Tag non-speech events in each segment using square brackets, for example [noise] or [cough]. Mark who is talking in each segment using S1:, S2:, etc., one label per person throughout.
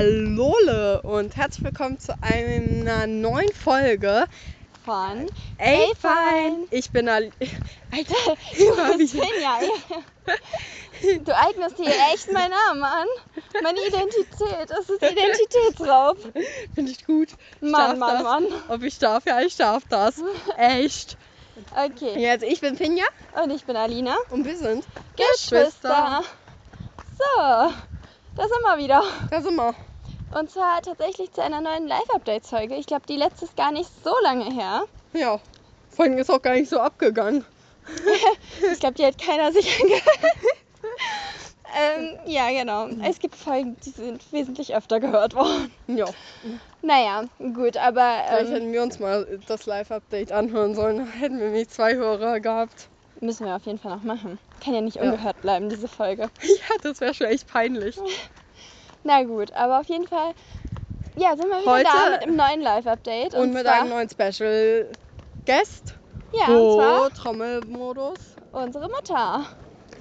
S1: Hallole und herzlich willkommen zu einer neuen Folge.
S2: Von
S1: Ey,
S2: Ey, fein.
S1: Ich bin [laughs] Ali. Alter,
S2: [laughs] Du
S1: immer
S2: bist
S1: wieder.
S2: Finja, [laughs] ey. Du eignest dir echt meinen Namen an. Meine Identität. Das ist Identitätsraub.
S1: Finde ich gut. Ich darf
S2: Mann, Mann,
S1: das.
S2: Mann.
S1: Ob ich darf? Ja, ich darf
S2: [laughs]
S1: das. Echt.
S2: Okay.
S1: Ja, also ich bin Finja
S2: Und ich bin Alina.
S1: und wir sind
S2: Geschwister. So, da sind wir wieder.
S1: Da sind wir.
S2: Und zwar tatsächlich zu einer neuen Live-Update-Folge. Ich glaube, die letzte ist gar nicht so lange her.
S1: Ja. Vorhin ist auch gar nicht so abgegangen.
S2: Ich glaube, die hat keiner sich [laughs] angehört. ähm, ja, genau. Es gibt Folgen, die sind wesentlich öfter gehört worden.
S1: Ja.
S2: Naja, gut, aber.
S1: Vielleicht
S2: Ähm,
S1: hätten wir uns mal das Live-Update anhören sollen. Dann hätten wir nämlich zwei Hörer gehabt. [laughs]
S2: Müssen wir auf jeden Fall noch machen. Kann ja nicht
S1: Ja.
S2: ungehört bleiben, diese Folge.
S1: Ja, das wäre schon echt peinlich.
S2: Na gut, aber auf jeden Fall. Ja, sind wir wieder
S1: Heute-
S2: da mit einem neuen Live-Update.
S1: Und mit
S2: zwar,
S1: einem neuen Special Guest.
S2: Ja, und
S1: Oh,
S2: zwar
S1: Trommelmodus.
S2: unsere Mutter.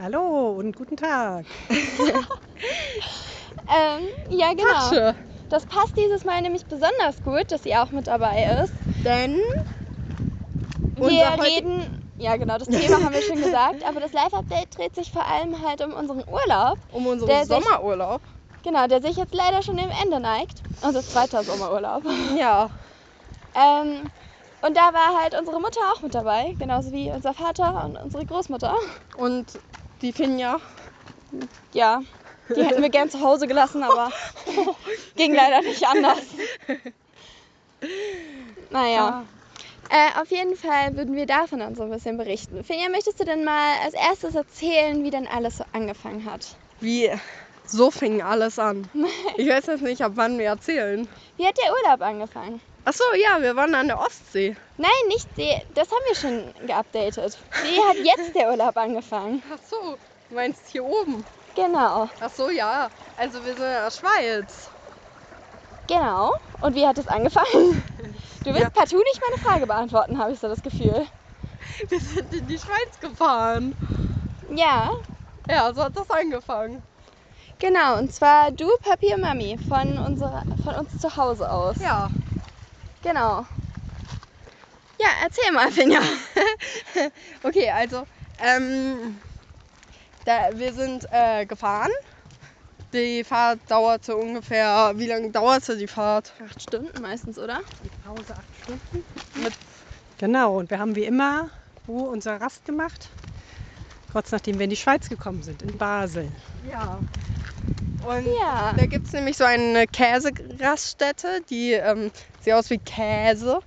S3: Hallo und guten Tag.
S2: Ähm, ja, genau.
S1: Tasche.
S2: Das passt dieses Mal nämlich besonders gut, dass sie auch mit dabei ist.
S1: Denn
S2: Wir
S1: Unser heut-
S2: reden. Ja, genau, das Thema haben wir schon gesagt. Aber das Live-Update dreht sich vor allem halt um unseren Urlaub.
S1: um unseren
S2: Der sich-
S1: Sommerurlaub.
S2: Genau, der sich jetzt leider schon dem Ende neigt. Unser zweiter Sommerurlaub.
S1: Ja.
S2: Ähm, und da war halt unsere Mutter auch mit dabei, genauso wie unser Vater und unsere Großmutter.
S1: Und die [laughs] Finja.
S2: Ja, die hätten wir gern zu Hause gelassen, aber ging leider nicht anders. Naja. Äh, auf jeden Fall würden wir davon dann so ein bisschen berichten. Finja, möchtest du denn mal als erstes erzählen, wie denn alles so angefangen hat?
S1: Wie? So fing alles an. Ich weiß jetzt nicht, ab wann wir erzählen.
S2: Wie hat der Urlaub angefangen?
S1: Ach so, ja, wir waren an der Ostsee.
S2: Nein, nicht der. Das haben wir schon geupdatet. Wie hat jetzt der Urlaub angefangen?
S1: Ach so, du meinst hier oben.
S2: Genau,
S1: Ach so, ja. Also wir sind in der Schweiz.
S2: genau. Und wie hat es angefangen? Du willst
S1: Ja.
S2: partout nicht meine Frage beantworten, habe ich so das Gefühl.
S1: Wir sind in die Schweiz gefahren.
S2: Ja,
S1: Ja, so hat das angefangen.
S2: Genau, und zwar du, Papi und Mami von, unserer, von uns zu Hause aus.
S1: Ja.
S2: Genau. Ja, erzähl mal, Finja.
S1: [laughs] Okay, also, ähm, da, wir sind äh, gefahren. Die Fahrt dauerte ungefähr, wie lange dauerte die Fahrt?
S2: Acht Stunden meistens, oder?
S3: Mit Pause acht Stunden. Genau, und wir haben wie immer wo unsere Rast gemacht. Kurz nachdem wir in die Schweiz gekommen sind, in Basel.
S1: Ja. Und
S2: Ja.
S1: da gibt es nämlich so eine Käseraststätte, die ähm, sieht aus wie Käse.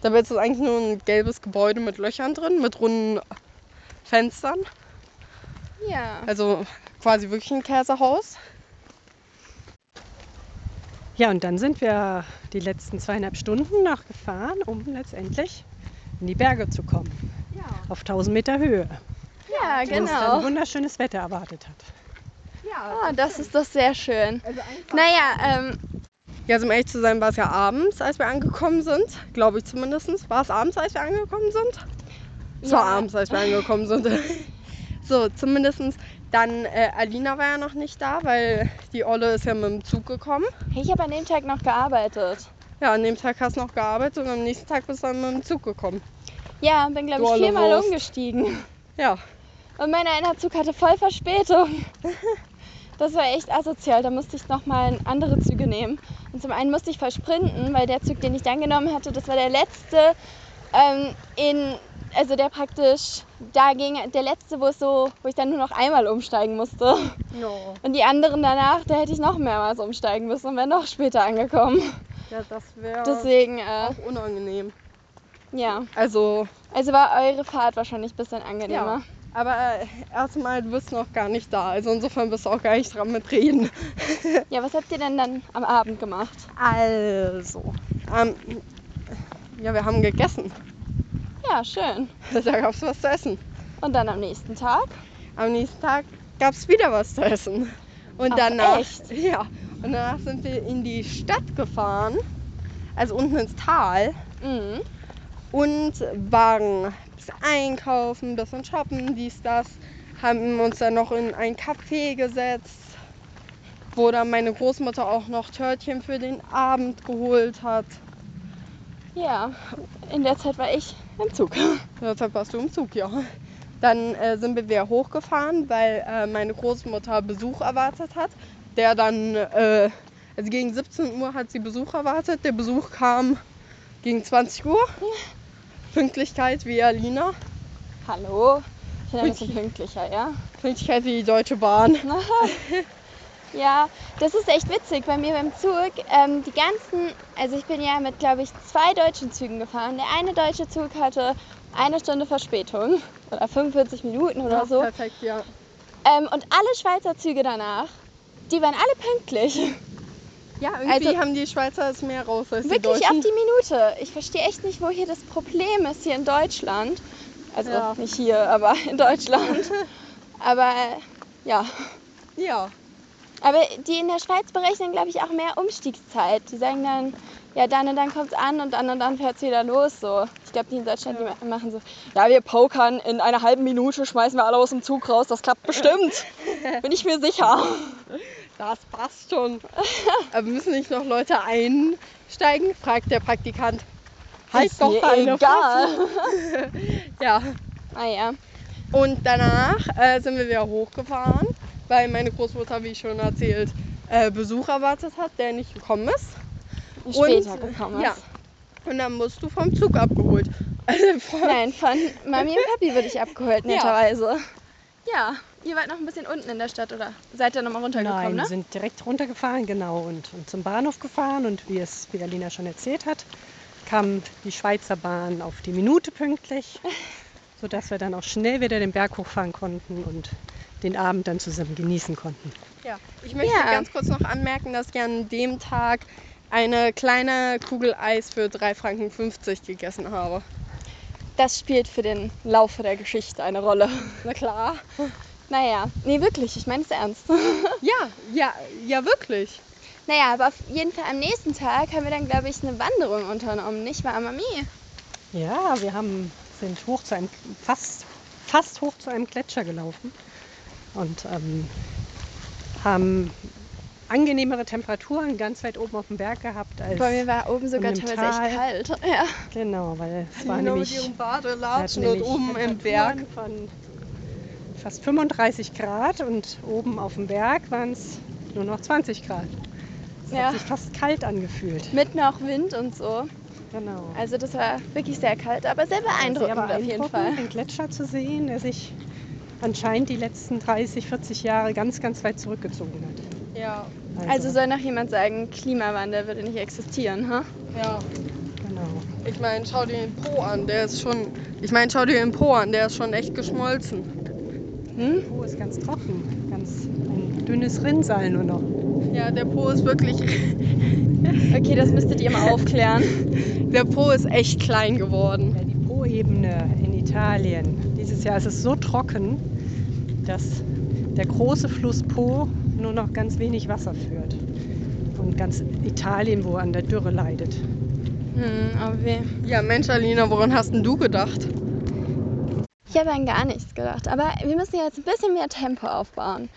S1: Dabei ist es eigentlich nur ein gelbes Gebäude mit Löchern drin, mit runden Fenstern.
S2: Ja.
S1: Also quasi wirklich ein Käsehaus.
S3: Ja, und dann sind wir die letzten zweieinhalb Stunden noch gefahren, um letztendlich in die Berge zu kommen.
S1: Ja,
S3: Auf 1000 Meter Höhe.
S2: Ja,
S3: wo Uns dann
S2: genau.
S3: wunderschönes Wetter erwartet hat.
S1: ja.
S2: Ah, das ist doch sehr schön.
S1: Also einfach
S2: Naja, ähm,
S1: Ja, also um ehrlich zu sein, war es ja abends, als wir angekommen sind. Glaube ich zumindest. War es abends, als wir angekommen sind? Es war
S2: Ja.
S1: abends, als wir angekommen sind. so, zumindest dann, äh, Alina war ja noch nicht da, weil die Olle ist ja mit dem Zug gekommen.
S2: ich habe an dem Tag noch gearbeitet.
S1: Ja, an dem Tag hast du noch gearbeitet und am nächsten Tag bist du dann mit dem Zug gekommen.
S2: Ja, und bin, glaube
S1: Du
S2: ich,
S1: alle
S2: viermal
S1: Wurst.
S2: umgestiegen.
S1: Ja,
S2: Und mein einer Zug hatte voll Verspätung. Das war echt asozial. Da musste ich nochmal andere Züge nehmen. Und zum einen musste ich versprinten, weil der Zug, den ich dann genommen hatte, das war der letzte ähm, in, also der praktisch da ging, der letzte, wo es so, wo ich dann nur noch einmal umsteigen musste. Und die anderen danach, da hätte ich noch mehrmals umsteigen müssen und wäre noch später angekommen.
S1: ja das wäre
S2: Deswegen, äh,
S1: auch unangenehm.
S2: ja.
S1: Also,
S2: Also war eure Fahrt wahrscheinlich ein bisschen angenehmer.
S1: aber äh, erstmal, du bist noch gar nicht da. Also insofern bist du auch gar nicht dran mit reden.
S2: Ja. was habt ihr denn dann am Abend gemacht?
S1: Also. Ähm, ja, wir haben gegessen.
S2: Ja, schön.
S1: [laughs] Da gab es was zu essen.
S2: Und dann am nächsten Tag?
S1: Am nächsten Tag gab es wieder was zu essen. Und
S2: Ach,
S1: danach. [laughs]
S2: echt?
S1: Ja. Und danach sind wir in die Stadt gefahren. Also unten ins Tal.
S2: Mhm.
S1: Und waren ein bisschen einkaufen, ein bisschen shoppen, dies, das. Haben uns dann noch in ein Café gesetzt, wo dann meine Großmutter auch noch Törtchen für den Abend geholt hat.
S2: Ja, in der Zeit war ich im Zug. [laughs]
S1: Deshalb warst du im Zug, ja. Dann äh, sind wir wieder hochgefahren, weil äh, meine Großmutter Besuch erwartet hat. Der dann, äh, also gegen 17 Uhr hat sie Besuch erwartet. Der Besuch kam gegen 20 Uhr. Pünktlichkeit wie Alina.
S2: Hallo. Ich bin ein bisschen pünktlicher, ja.
S1: Pünktlichkeit wie die Deutsche Bahn.
S2: Ja, das ist echt witzig. Bei mir beim Zug, ähm, die ganzen, also ich bin ja mit, glaube ich, zwei deutschen Zügen gefahren. Der eine deutsche Zug hatte eine Stunde Verspätung oder 45 Minuten oder
S1: Ja,
S2: so.
S1: Perfekt, ja.
S2: Ähm, und alle Schweizer Züge danach, die waren alle pünktlich.
S1: Ja, irgendwie
S2: Also-
S1: haben die Schweizer es mehr raus als die
S2: Wirklich
S1: Deutschen.
S2: auf die Minute. Ich verstehe echt nicht, wo hier das Problem ist, hier in Deutschland. Also
S1: Ja.
S2: nicht hier, aber
S1: [laughs]
S2: in Deutschland. aber äh, ja.
S1: Ja,
S2: Aber die in der Schweiz berechnen, glaube ich, auch mehr Umstiegszeit. Die sagen dann, ja, dann und dann kommt's an und dann und dann fährt's wieder los. So. Ich glaube, die in Deutschland, die ma- machen so, ja, wir pokern, in einer halben Minute schmeißen wir alle aus dem Zug raus, das
S1: [laughs]
S2: klappt bestimmt. Bin ich mir sicher.
S1: das passt schon. [laughs] Aber müssen nicht noch Leute einsteigen? fragt der Praktikant. Halt
S2: Ist
S1: doch
S2: mir
S1: deine
S2: egal.
S1: Fresse. Ja.
S2: Ah ja.
S1: Und danach äh, sind wir wieder hochgefahren, weil meine Großmutter, wie schon erzählt, äh, Besuch erwartet hat, der nicht gekommen ist.
S2: Später
S1: und,
S2: gekommen
S1: Ja.
S2: ist.
S1: Und dann musst du vom Zug abgeholt. Also von,
S2: Nein, von Mami und Papi würde ich abgeholt,
S1: Ja.
S2: netterweise. Ja. Ihr wart noch ein bisschen unten in der Stadt, oder? Seid ihr nochmal
S3: Nein,
S2: runtergekommen,
S3: wir
S2: ne?
S3: sind direkt runtergefahren, genau, und, und zum Bahnhof gefahren. Und wie es wie Alina schon erzählt hat, kam die Schweizer Bahn auf die Minute pünktlich, sodass wir dann auch schnell wieder den Berg hochfahren konnten und den Abend dann zusammen genießen konnten.
S1: Ja, ich möchte
S2: Ja.
S1: ganz kurz noch anmerken, dass ich an dem Tag eine kleine Kugel Eis für 3,50 Franken gegessen habe.
S2: Das spielt für den Laufe der Geschichte eine Rolle. [laughs]
S1: Na klar.
S2: Naja, nee, wirklich, ich meine es ernst.
S1: Ja, ja, ja, wirklich.
S2: [laughs] Naja, aber auf jeden Fall am nächsten Tag haben wir dann, glaube ich, eine Wanderung unternommen, nicht wahr, Mami?
S3: Ja, wir haben, sind hoch zu einem, fast, fast hoch zu einem Gletscher gelaufen und ähm, haben angenehmere Temperaturen ganz weit oben auf dem Berg gehabt. Als,
S2: Bei mir war oben sogar
S3: Und im
S2: teilweise echt kalt. Ja.
S3: genau, weil es war
S1: Genau mit
S3: nämlich,
S1: ihrem
S3: wir hatten
S1: Badelatschen dort
S3: nämlich
S1: oben im Berg.
S3: Temperaturen von fast 35 Grad und oben auf dem Berg waren es nur noch 20 Grad. Es
S2: Ja.
S3: hat sich fast kalt angefühlt.
S2: Mit noch Wind und so.
S3: Genau.
S2: Also das war wirklich sehr kalt, aber sehr beeindruckend
S3: Sehr
S2: auf jeden
S3: beeindruckend,
S2: Fall.
S3: Einen Gletscher zu sehen, der sich anscheinend die letzten 30, 40 Jahre ganz, ganz weit zurückgezogen hat.
S1: Ja,
S2: Also soll noch jemand sagen, Klimawandel würde nicht existieren, ha?
S1: ja.
S3: genau.
S1: Ich meine, schau dir den Po an, der ist schon. Ich meine, schau dir den Po an, der ist schon echt geschmolzen.
S2: Hm?
S3: Oh, ist ganz trocken, ganz ein dünnes Rinnsal nur noch.
S1: Ja, der Po ist wirklich.
S2: Okay, das müsstet ihr mal aufklären.
S1: Der Po ist echt klein geworden.
S3: Ja, die Poebene in Italien. Dieses Jahr ist es so trocken, dass der große Fluss Po nur noch ganz wenig Wasser führt. Und ganz Italien, wo an der Dürre leidet.
S2: Hm, oh weh.
S1: Ja, Mensch, Alina, woran hast denn du gedacht?
S2: Ich habe an gar nichts gedacht, aber wir müssen jetzt ein bisschen mehr Tempo aufbauen.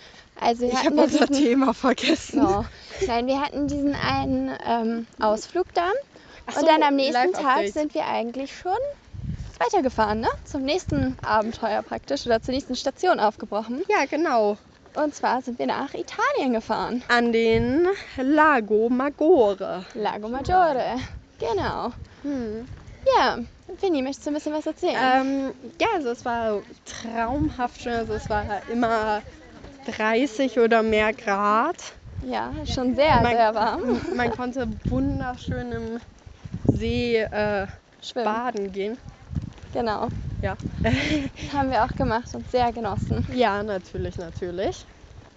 S2: Also wir
S1: Ich habe
S2: hatten ja [laughs]
S1: unser
S2: diesen-
S1: Thema vergessen.
S2: So. Nein, wir hatten diesen einen ähm, Ausflug da.
S1: Ach so,
S2: und dann am nächsten Tag
S1: Live-Update.
S2: sind wir eigentlich schon weitergefahren, ne? Zum nächsten Abenteuer praktisch oder zur nächsten Station aufgebrochen.
S1: Ja, genau.
S2: Und zwar sind wir nach Italien gefahren.
S1: An den Lago Maggiore.
S2: Lago Maggiore. Genau.
S1: Hm.
S2: Ja, Vinny, möchtest du ein bisschen was erzählen?
S1: Ähm, ja, also es war traumhaft schön. Also es war immer 30 oder mehr Grad.
S2: ja, schon sehr,
S1: mein-
S2: sehr warm.
S1: Man konnte wunderschön im See äh,
S2: Schwimmen.
S1: baden gehen.
S2: Genau.
S1: Ja.
S2: Das [laughs] haben wir auch gemacht und sehr genossen.
S1: Ja, natürlich, natürlich.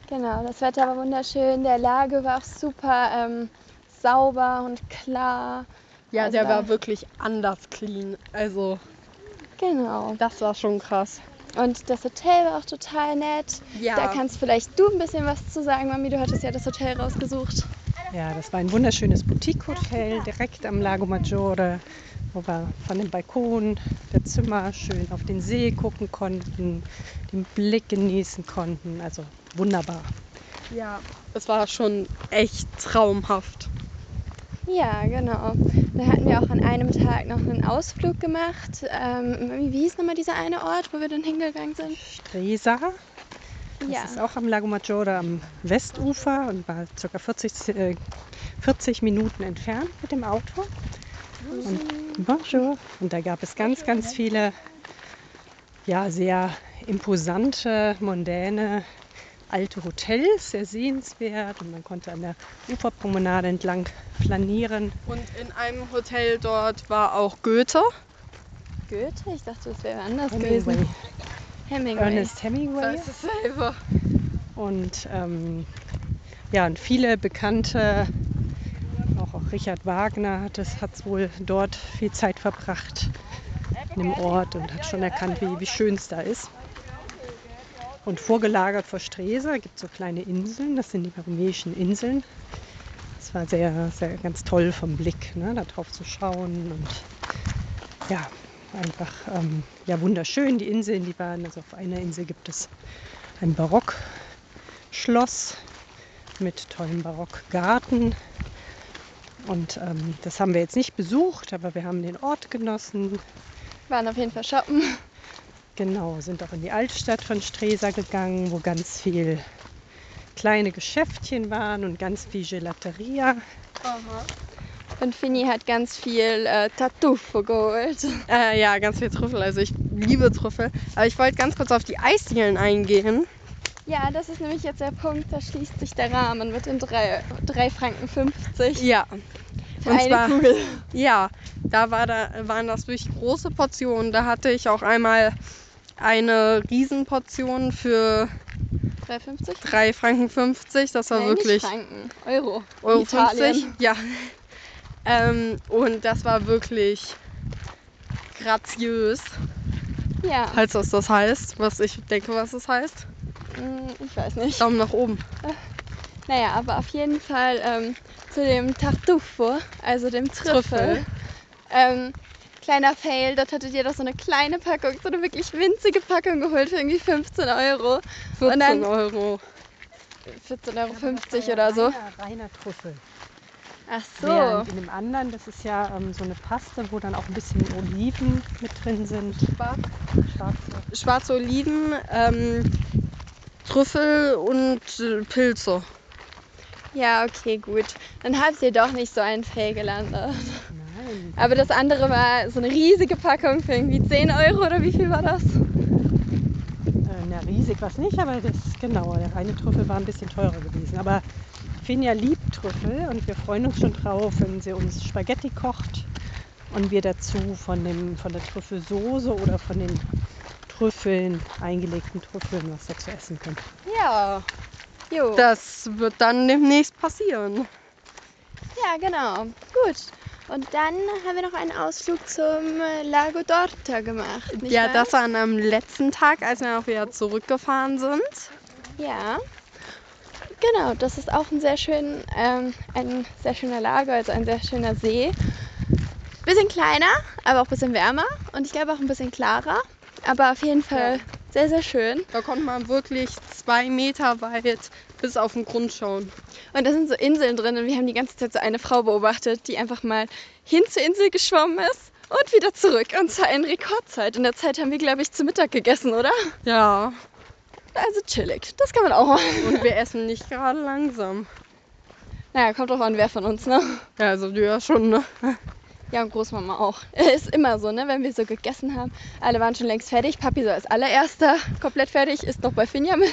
S2: Genau, das Wetter war wunderschön, der Lage war auch super ähm, sauber und klar.
S1: Ja,
S2: Also
S1: der
S2: da-
S1: war wirklich anders clean. Also
S2: Genau.
S1: das war schon krass.
S2: Und das Hotel war auch total nett.
S1: Ja.
S2: Da kannst vielleicht du ein bisschen was zu sagen, Mami. Du hattest ja das Hotel rausgesucht.
S3: Ja, das war ein wunderschönes Boutique-Hotel direkt am Lago Maggiore, wo wir von dem Balkon der Zimmer schön auf den See gucken konnten, den Blick genießen konnten. Also wunderbar.
S1: Ja. Es war schon echt traumhaft.
S2: Ja, genau. Da hatten wir auch an einem Tag noch einen Ausflug gemacht. Ähm, wie hieß nochmal dieser eine Ort, wo wir dann hingegangen sind?
S3: Stresa, das
S2: ja.
S3: ist auch am Lago Maggiore am Westufer und war ca. 40, äh, 40 Minuten entfernt mit dem Auto. Und, bonjour. und da gab es ganz, ganz viele ja, sehr imposante, mondäne alte Hotels, sehr sehenswert. Und man konnte an der Uferpromenade entlang flanieren.
S1: Und in einem Hotel dort war auch Goethe.
S2: Goethe? Ich dachte, das wäre anders
S3: Hemingway.
S2: gewesen. Hemingway.
S3: Ernest Hemingway.
S1: Das ist selber.
S3: Und ähm, ja, und viele bekannte, auch, auch Richard Wagner hat es hat's wohl dort viel Zeit verbracht in dem Ort und hat schon erkannt, wie, wie schön es da ist. Und vorgelagert vor Stresa gibt es so kleine Inseln, das sind die Baromischen Inseln. Das war sehr, sehr ganz toll vom Blick, ne, da drauf zu schauen und ja, einfach ähm, ja, wunderschön, die Inseln, die waren, also auf einer Insel gibt es ein Barock, Schloss mit tollem Barockgarten. Und ähm, das haben wir jetzt nicht besucht, aber wir haben den Ort genossen.
S2: Waren auf jeden Fall shoppen.
S3: Genau, sind auch in die Altstadt von Stresa gegangen, wo ganz viel kleine Geschäftchen waren und ganz viel Gelateria.
S2: Und Fini hat ganz viel äh, Tartuffe geholt.
S1: Äh, ja, ganz viel Trüffel. Also ich liebe Trüffel. Aber ich wollte ganz kurz auf die Eisdielen eingehen.
S2: Ja, das ist nämlich jetzt der Punkt, da schließt sich der Rahmen mit den 3 Franken 50
S1: Ja.
S2: für
S1: und
S2: eine
S1: zwar-
S2: Kugel.
S1: Ja, da, war da waren das durch große Portionen. Da hatte ich auch einmal eine Riesenportion für
S2: 3,50?
S1: 3,50 Franken. Das war
S2: Nein,
S1: wirklich
S2: Nicht Franken, Euro.
S1: Euro
S2: In Italien.
S1: 50. Ja. Ähm, und das war wirklich graziös,
S2: Ja,
S1: falls das das heißt, was ich denke, was es das heißt.
S2: mm, ich weiß nicht.
S1: Daumen nach oben.
S2: Naja, aber auf jeden Fall ähm, zu dem Tartufo, also dem Trüffel.
S1: Trüffel.
S2: Ähm, kleiner Fail, dort hattet ihr doch so eine kleine Packung, so eine wirklich winzige Packung geholt für irgendwie 15 Euro.
S1: 14
S2: Und dann-
S1: Euro.
S2: 14,50 Euro 50 oder so.
S3: Reiner, reiner Trüffel.
S2: Ach so.
S3: Während in dem anderen, das ist ja ähm, so eine Paste, wo dann auch ein bisschen Oliven mit drin sind.
S1: Schwarz-
S3: Schwarze.
S1: Schwarze Oliven, ähm, Trüffel und äh, Pilze.
S2: Ja, okay, gut. Dann habt ihr doch nicht so einen Fail gelandet.
S3: Nein.
S2: Aber das andere war so eine riesige Packung für irgendwie 10 Euro oder wie viel war das?
S3: Äh, na, riesig war es nicht, aber das genau, der reine Trüffel war ein bisschen teurer gewesen. Aber Finja liebt Trüffel und wir freuen uns schon drauf, wenn sie uns Spaghetti kocht und wir dazu von, dem, von der Trüffelsoße oder von den Trüffeln, eingelegten Trüffeln, was dazu essen können.
S1: Ja.
S2: Jo.
S1: Das wird dann demnächst passieren.
S2: Ja, genau. Gut. Und dann haben wir noch einen Ausflug zum äh, Lago d'Orta gemacht. Nicht
S1: ja,
S2: wahr?
S1: das war an am letzten Tag, als wir auch wieder zurückgefahren sind.
S2: Ja. Genau, das ist auch ein sehr, schön, ähm, ein sehr schöner Lago, also ein sehr schöner See. Bisschen kleiner, aber auch ein bisschen wärmer und ich glaube auch ein bisschen klarer. Aber auf jeden Fall sehr, sehr schön.
S1: Da konnte man wirklich zwei Meter weit bis auf den Grund schauen.
S2: Und da sind so Inseln drin und wir haben die ganze Zeit so eine Frau beobachtet, die einfach mal hin zur Insel geschwommen ist und wieder zurück. Und zwar in Rekordzeit. In der Zeit haben wir, glaube ich, zu Mittag gegessen, oder?
S1: Ja.
S2: Also chillig. Das kann man auch machen.
S1: Und wir essen nicht gerade langsam.
S2: Naja, kommt drauf an, wer von uns, ne?
S1: Ja, also du ja schon, ne?
S2: Ja, und Großmama auch. [laughs] Ist immer so, ne? Wenn wir so gegessen haben, alle waren schon längst fertig. Papi so als allererster komplett fertig, ist noch bei Finja mit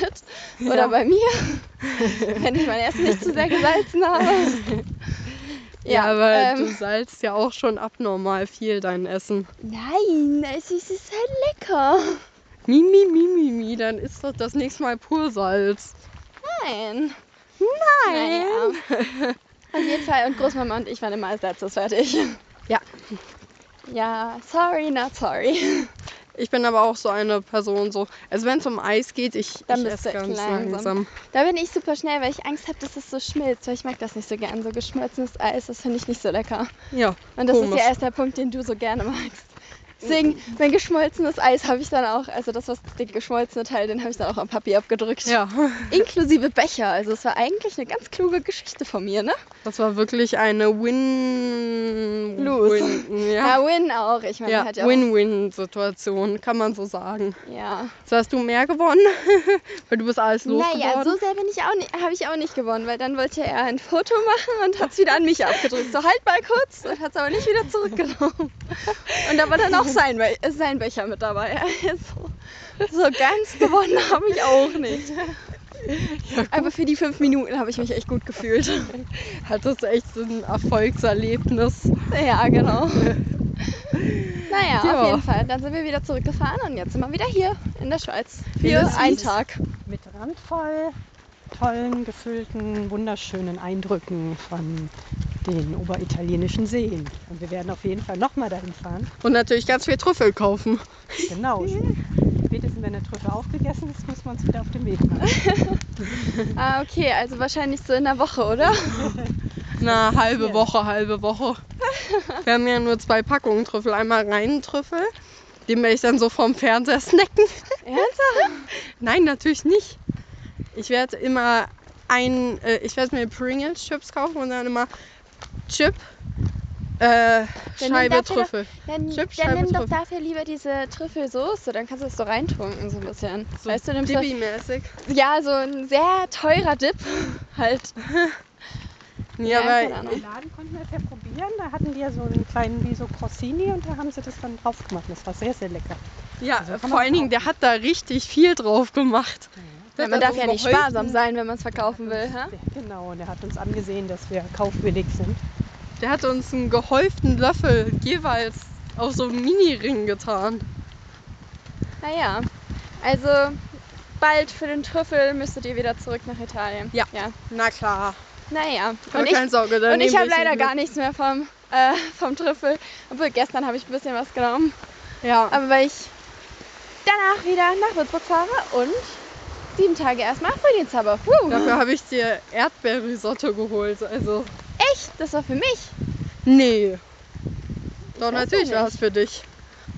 S2: oder bei mir, [laughs] wenn ich mein Essen nicht zu sehr gesalzen habe.
S1: [laughs] Ja, aber
S2: ähm,
S1: du salzt ja auch schon abnormal viel dein Essen.
S2: Nein, es ist es ist halt lecker.
S1: Mimi, mimi, mimi, dann ist doch das nächste Mal Pursalz.
S2: Nein. Nein. Naja. Auf jeden Fall. Und Großmama und ich waren immer als letztes fertig.
S1: Ja.
S2: Ja, sorry, not sorry.
S1: Ich bin aber auch so eine Person, so, also wenn es um Eis geht, ich,
S2: Dann
S1: ich
S2: bist
S1: esse
S2: du echt
S1: ganz
S2: langsam.
S1: langsam.
S2: Da bin ich super schnell, weil ich Angst habe, dass es so schmilzt. Weil ich mag das nicht so gern. So geschmolzenes Eis, das finde ich nicht so lecker.
S1: Ja,
S2: Und das ist
S1: Komisch. Mhm.
S2: ja erst der Punkt, den du so gerne magst. Deswegen, mein geschmolzenes Eis habe ich dann auch, also das, was der geschmolzene Teil, den habe ich dann auch am Papier abgedrückt.
S1: Ja,
S2: Inklusive Becher. Also es war eigentlich eine ganz kluge Geschichte von mir, ne?
S1: das war wirklich eine Win...
S2: Lose.
S1: Win,
S2: Ja,
S1: ja.
S2: Win auch. Ich meine,
S1: Ja,
S2: hat ja
S1: Win-Win-Situation, kann man so sagen.
S2: auch. Ja.
S1: Jetzt hast du mehr gewonnen, [laughs] weil du bist alles losgeworden.
S2: Naja, so sehr bin ich auch nicht, habe ich auch nicht gewonnen, weil dann wollte er ein Foto machen und hat es wieder an mich abgedrückt. So halt mal kurz und hat es aber nicht wieder zurückgenommen. Und da war dann auch sein, Be äh, sein Becher mit dabei. [laughs] Also, so ganz gewonnen habe ich auch nicht. aber für die fünf Minuten habe ich mich echt gut gefühlt.
S1: Hattest echt so ein Erfolgserlebnis.
S2: Ja, genau. Naja,
S1: Ja.
S2: auf jeden Fall. Dann sind wir wieder zurückgefahren und jetzt sind wir wieder hier in der Schweiz. Für
S3: Wenigstens.
S2: einen Tag.
S3: Mit randvoll tollen, gefüllten, wunderschönen Eindrücken von den oberitalienischen Seen. Und wir werden auf jeden Fall nochmal dahin fahren.
S1: Und natürlich ganz viel Trüffel kaufen.
S3: Genau. Spätestens wenn der Trüffel aufgegessen ist, muss man es wieder auf den Weg machen.
S2: Ah, okay, also wahrscheinlich so in der Woche, oder?
S1: Na, halbe
S3: viel.
S1: Woche, halbe
S2: [laughs]
S1: Woche. Wir haben ja nur zwei Packungen Trüffel. Einmal reinen Trüffel, den werde ich dann so vom Fernseher snacken.
S2: Ernsthaft?
S1: Nein, natürlich nicht. Ich werde immer ein, äh, ich werde mir Pringles Chips kaufen und dann immer Chip, äh,
S2: nimm
S1: Scheibe
S2: dafür doch-
S1: Trüffel.
S2: Dann,
S1: Chips,
S2: dann nimm
S1: Scheibe,
S2: doch
S1: Trüffel.
S2: dafür lieber diese Trüffelsoße, dann kannst du es so reintunken, so ein bisschen.
S1: So
S2: weißt du, nimmst du,
S1: Dibi-mäßig.
S2: ja, so ein sehr
S1: [laughs]
S2: teurer Dip halt.
S1: Ja,
S2: Ja, genau. keine
S1: aber
S2: Ahnung.
S3: Im Laden konnten wir es ja probieren. Da hatten die ja so einen kleinen wie so Crossini und da haben sie das dann drauf gemacht. Das war sehr, sehr lecker.
S1: ja,
S2: Also
S3: So kann man
S1: vor allen Dingen, der hat da richtig viel drauf gemacht. Der
S2: Ja,
S1: hat
S2: man
S1: da
S2: darf
S1: so
S2: ja nicht
S1: geholfen.
S2: sparsam sein, wenn man es verkaufen will. Hä?
S3: Genau, und er hat uns angesehen, dass wir kaufwillig sind.
S1: Der hat uns einen gehäuften Löffel jeweils auf so einen Mini-Ring getan.
S2: Naja, also bald für den Trüffel müsstet ihr wieder zurück nach Italien.
S1: Ja.
S2: ja.
S1: Na klar.
S2: Naja,
S1: Aber keine Sorge, dann
S2: Und ich
S1: nehmen
S2: habe
S1: wir es
S2: leider
S1: mit.
S2: gar nichts mehr vom, äh, vom Trüffel. Obwohl, gestern habe ich ein bisschen was genommen.
S1: Ja.
S2: Aber weil ich danach wieder nach Würzburg fahre und sieben Tage erstmal Frühdienst habe. Wuhu.
S1: Dafür habe ich dir Erdbeerrisotto geholt. Also,
S2: Echt? Das war für mich.
S1: nee. Doch,
S2: weiß ja
S1: natürlich war
S2: nicht.
S1: es für dich.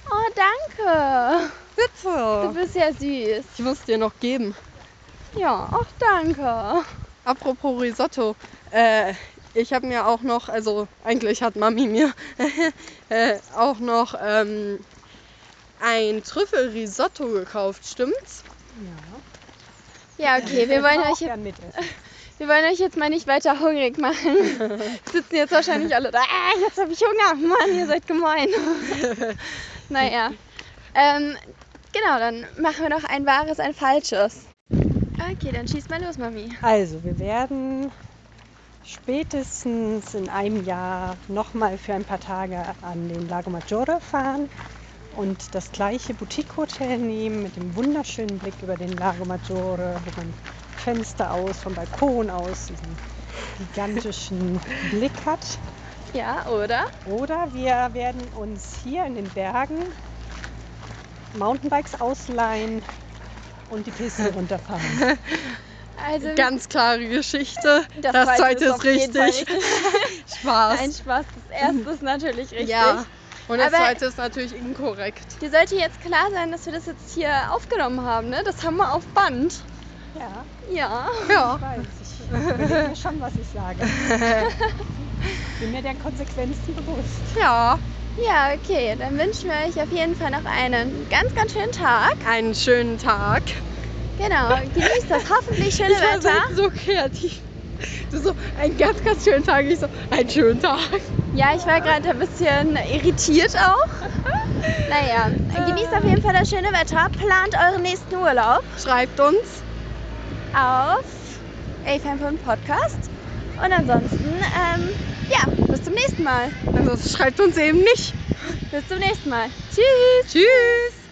S2: Oh, danke. Du
S1: Bitte.
S2: bist ja süß.
S1: Ich muss dir noch geben.
S2: Ja, ach, danke.
S1: Apropos Risotto. Äh, ich habe mir auch noch, also eigentlich hat Mami mir [laughs] äh, auch noch ähm, ein Trüffelrisotto gekauft, stimmt's?
S3: Ja.
S2: Ja, okay, wir wollen, euch,
S3: gern mitessen.
S2: wir wollen euch jetzt mal nicht weiter hungrig [laughs] machen. Sitzen jetzt wahrscheinlich alle da. Ah, jetzt habe ich Hunger. Mann, ihr seid [laughs] gemein. naja. Ähm, genau, dann machen wir noch ein wahres, ein falsches. Okay, dann schieß mal los, Mami.
S3: Also, wir werden spätestens in einem Jahr nochmal für ein paar Tage an den Lago Maggiore fahren und das gleiche Boutique-Hotel nehmen mit dem wunderschönen Blick über den Lago Maggiore, wo man Fenster aus, vom Balkon aus diesen gigantischen Blick hat.
S2: Ja, oder?
S3: Oder wir werden uns hier in den Bergen Mountainbikes ausleihen und die Piste runterfahren.
S2: Also
S1: Ganz klare Geschichte. Das,
S2: zweite
S1: zweite ist
S2: auf jeden Fall
S1: richtig.
S2: [laughs]
S1: Spaß.
S2: Nein, Spaß. Das erste ist natürlich richtig.
S1: Ja. Und das
S2: Aber-
S1: zweite ist natürlich inkorrekt.
S2: Dir sollte jetzt klar sein, dass wir das jetzt hier aufgenommen haben, ne? Das haben wir auf Band.
S3: Ja.
S2: Ja.
S1: Ja.
S3: Ich weiß, ich überlege mir schon, was ich sage. Bin mir der Konsequenzen bewusst.
S1: Ja.
S2: Ja, okay. Dann wünschen wir euch auf jeden Fall noch einen ganz, ganz schönen Tag.
S1: Einen schönen Tag.
S2: Genau. Genießt das hoffentlich schöne
S1: ich war
S2: Wetter.
S1: so so kreativ. Du so, einen ganz, ganz schönen Tag. Ich so, einen schönen Tag.
S2: Ja, ich war gerade ein bisschen irritiert auch. Naja, genießt auf jeden Fall das schöne Wetter. Plant euren nächsten Urlaub.
S1: Schreibt uns.
S2: auf AFM Podcast. Und ansonsten, ähm, ja, bis zum nächsten Mal.
S1: Also schreibt uns eben nicht.
S2: Bis zum nächsten Mal. Tschüss.
S1: Tschüss.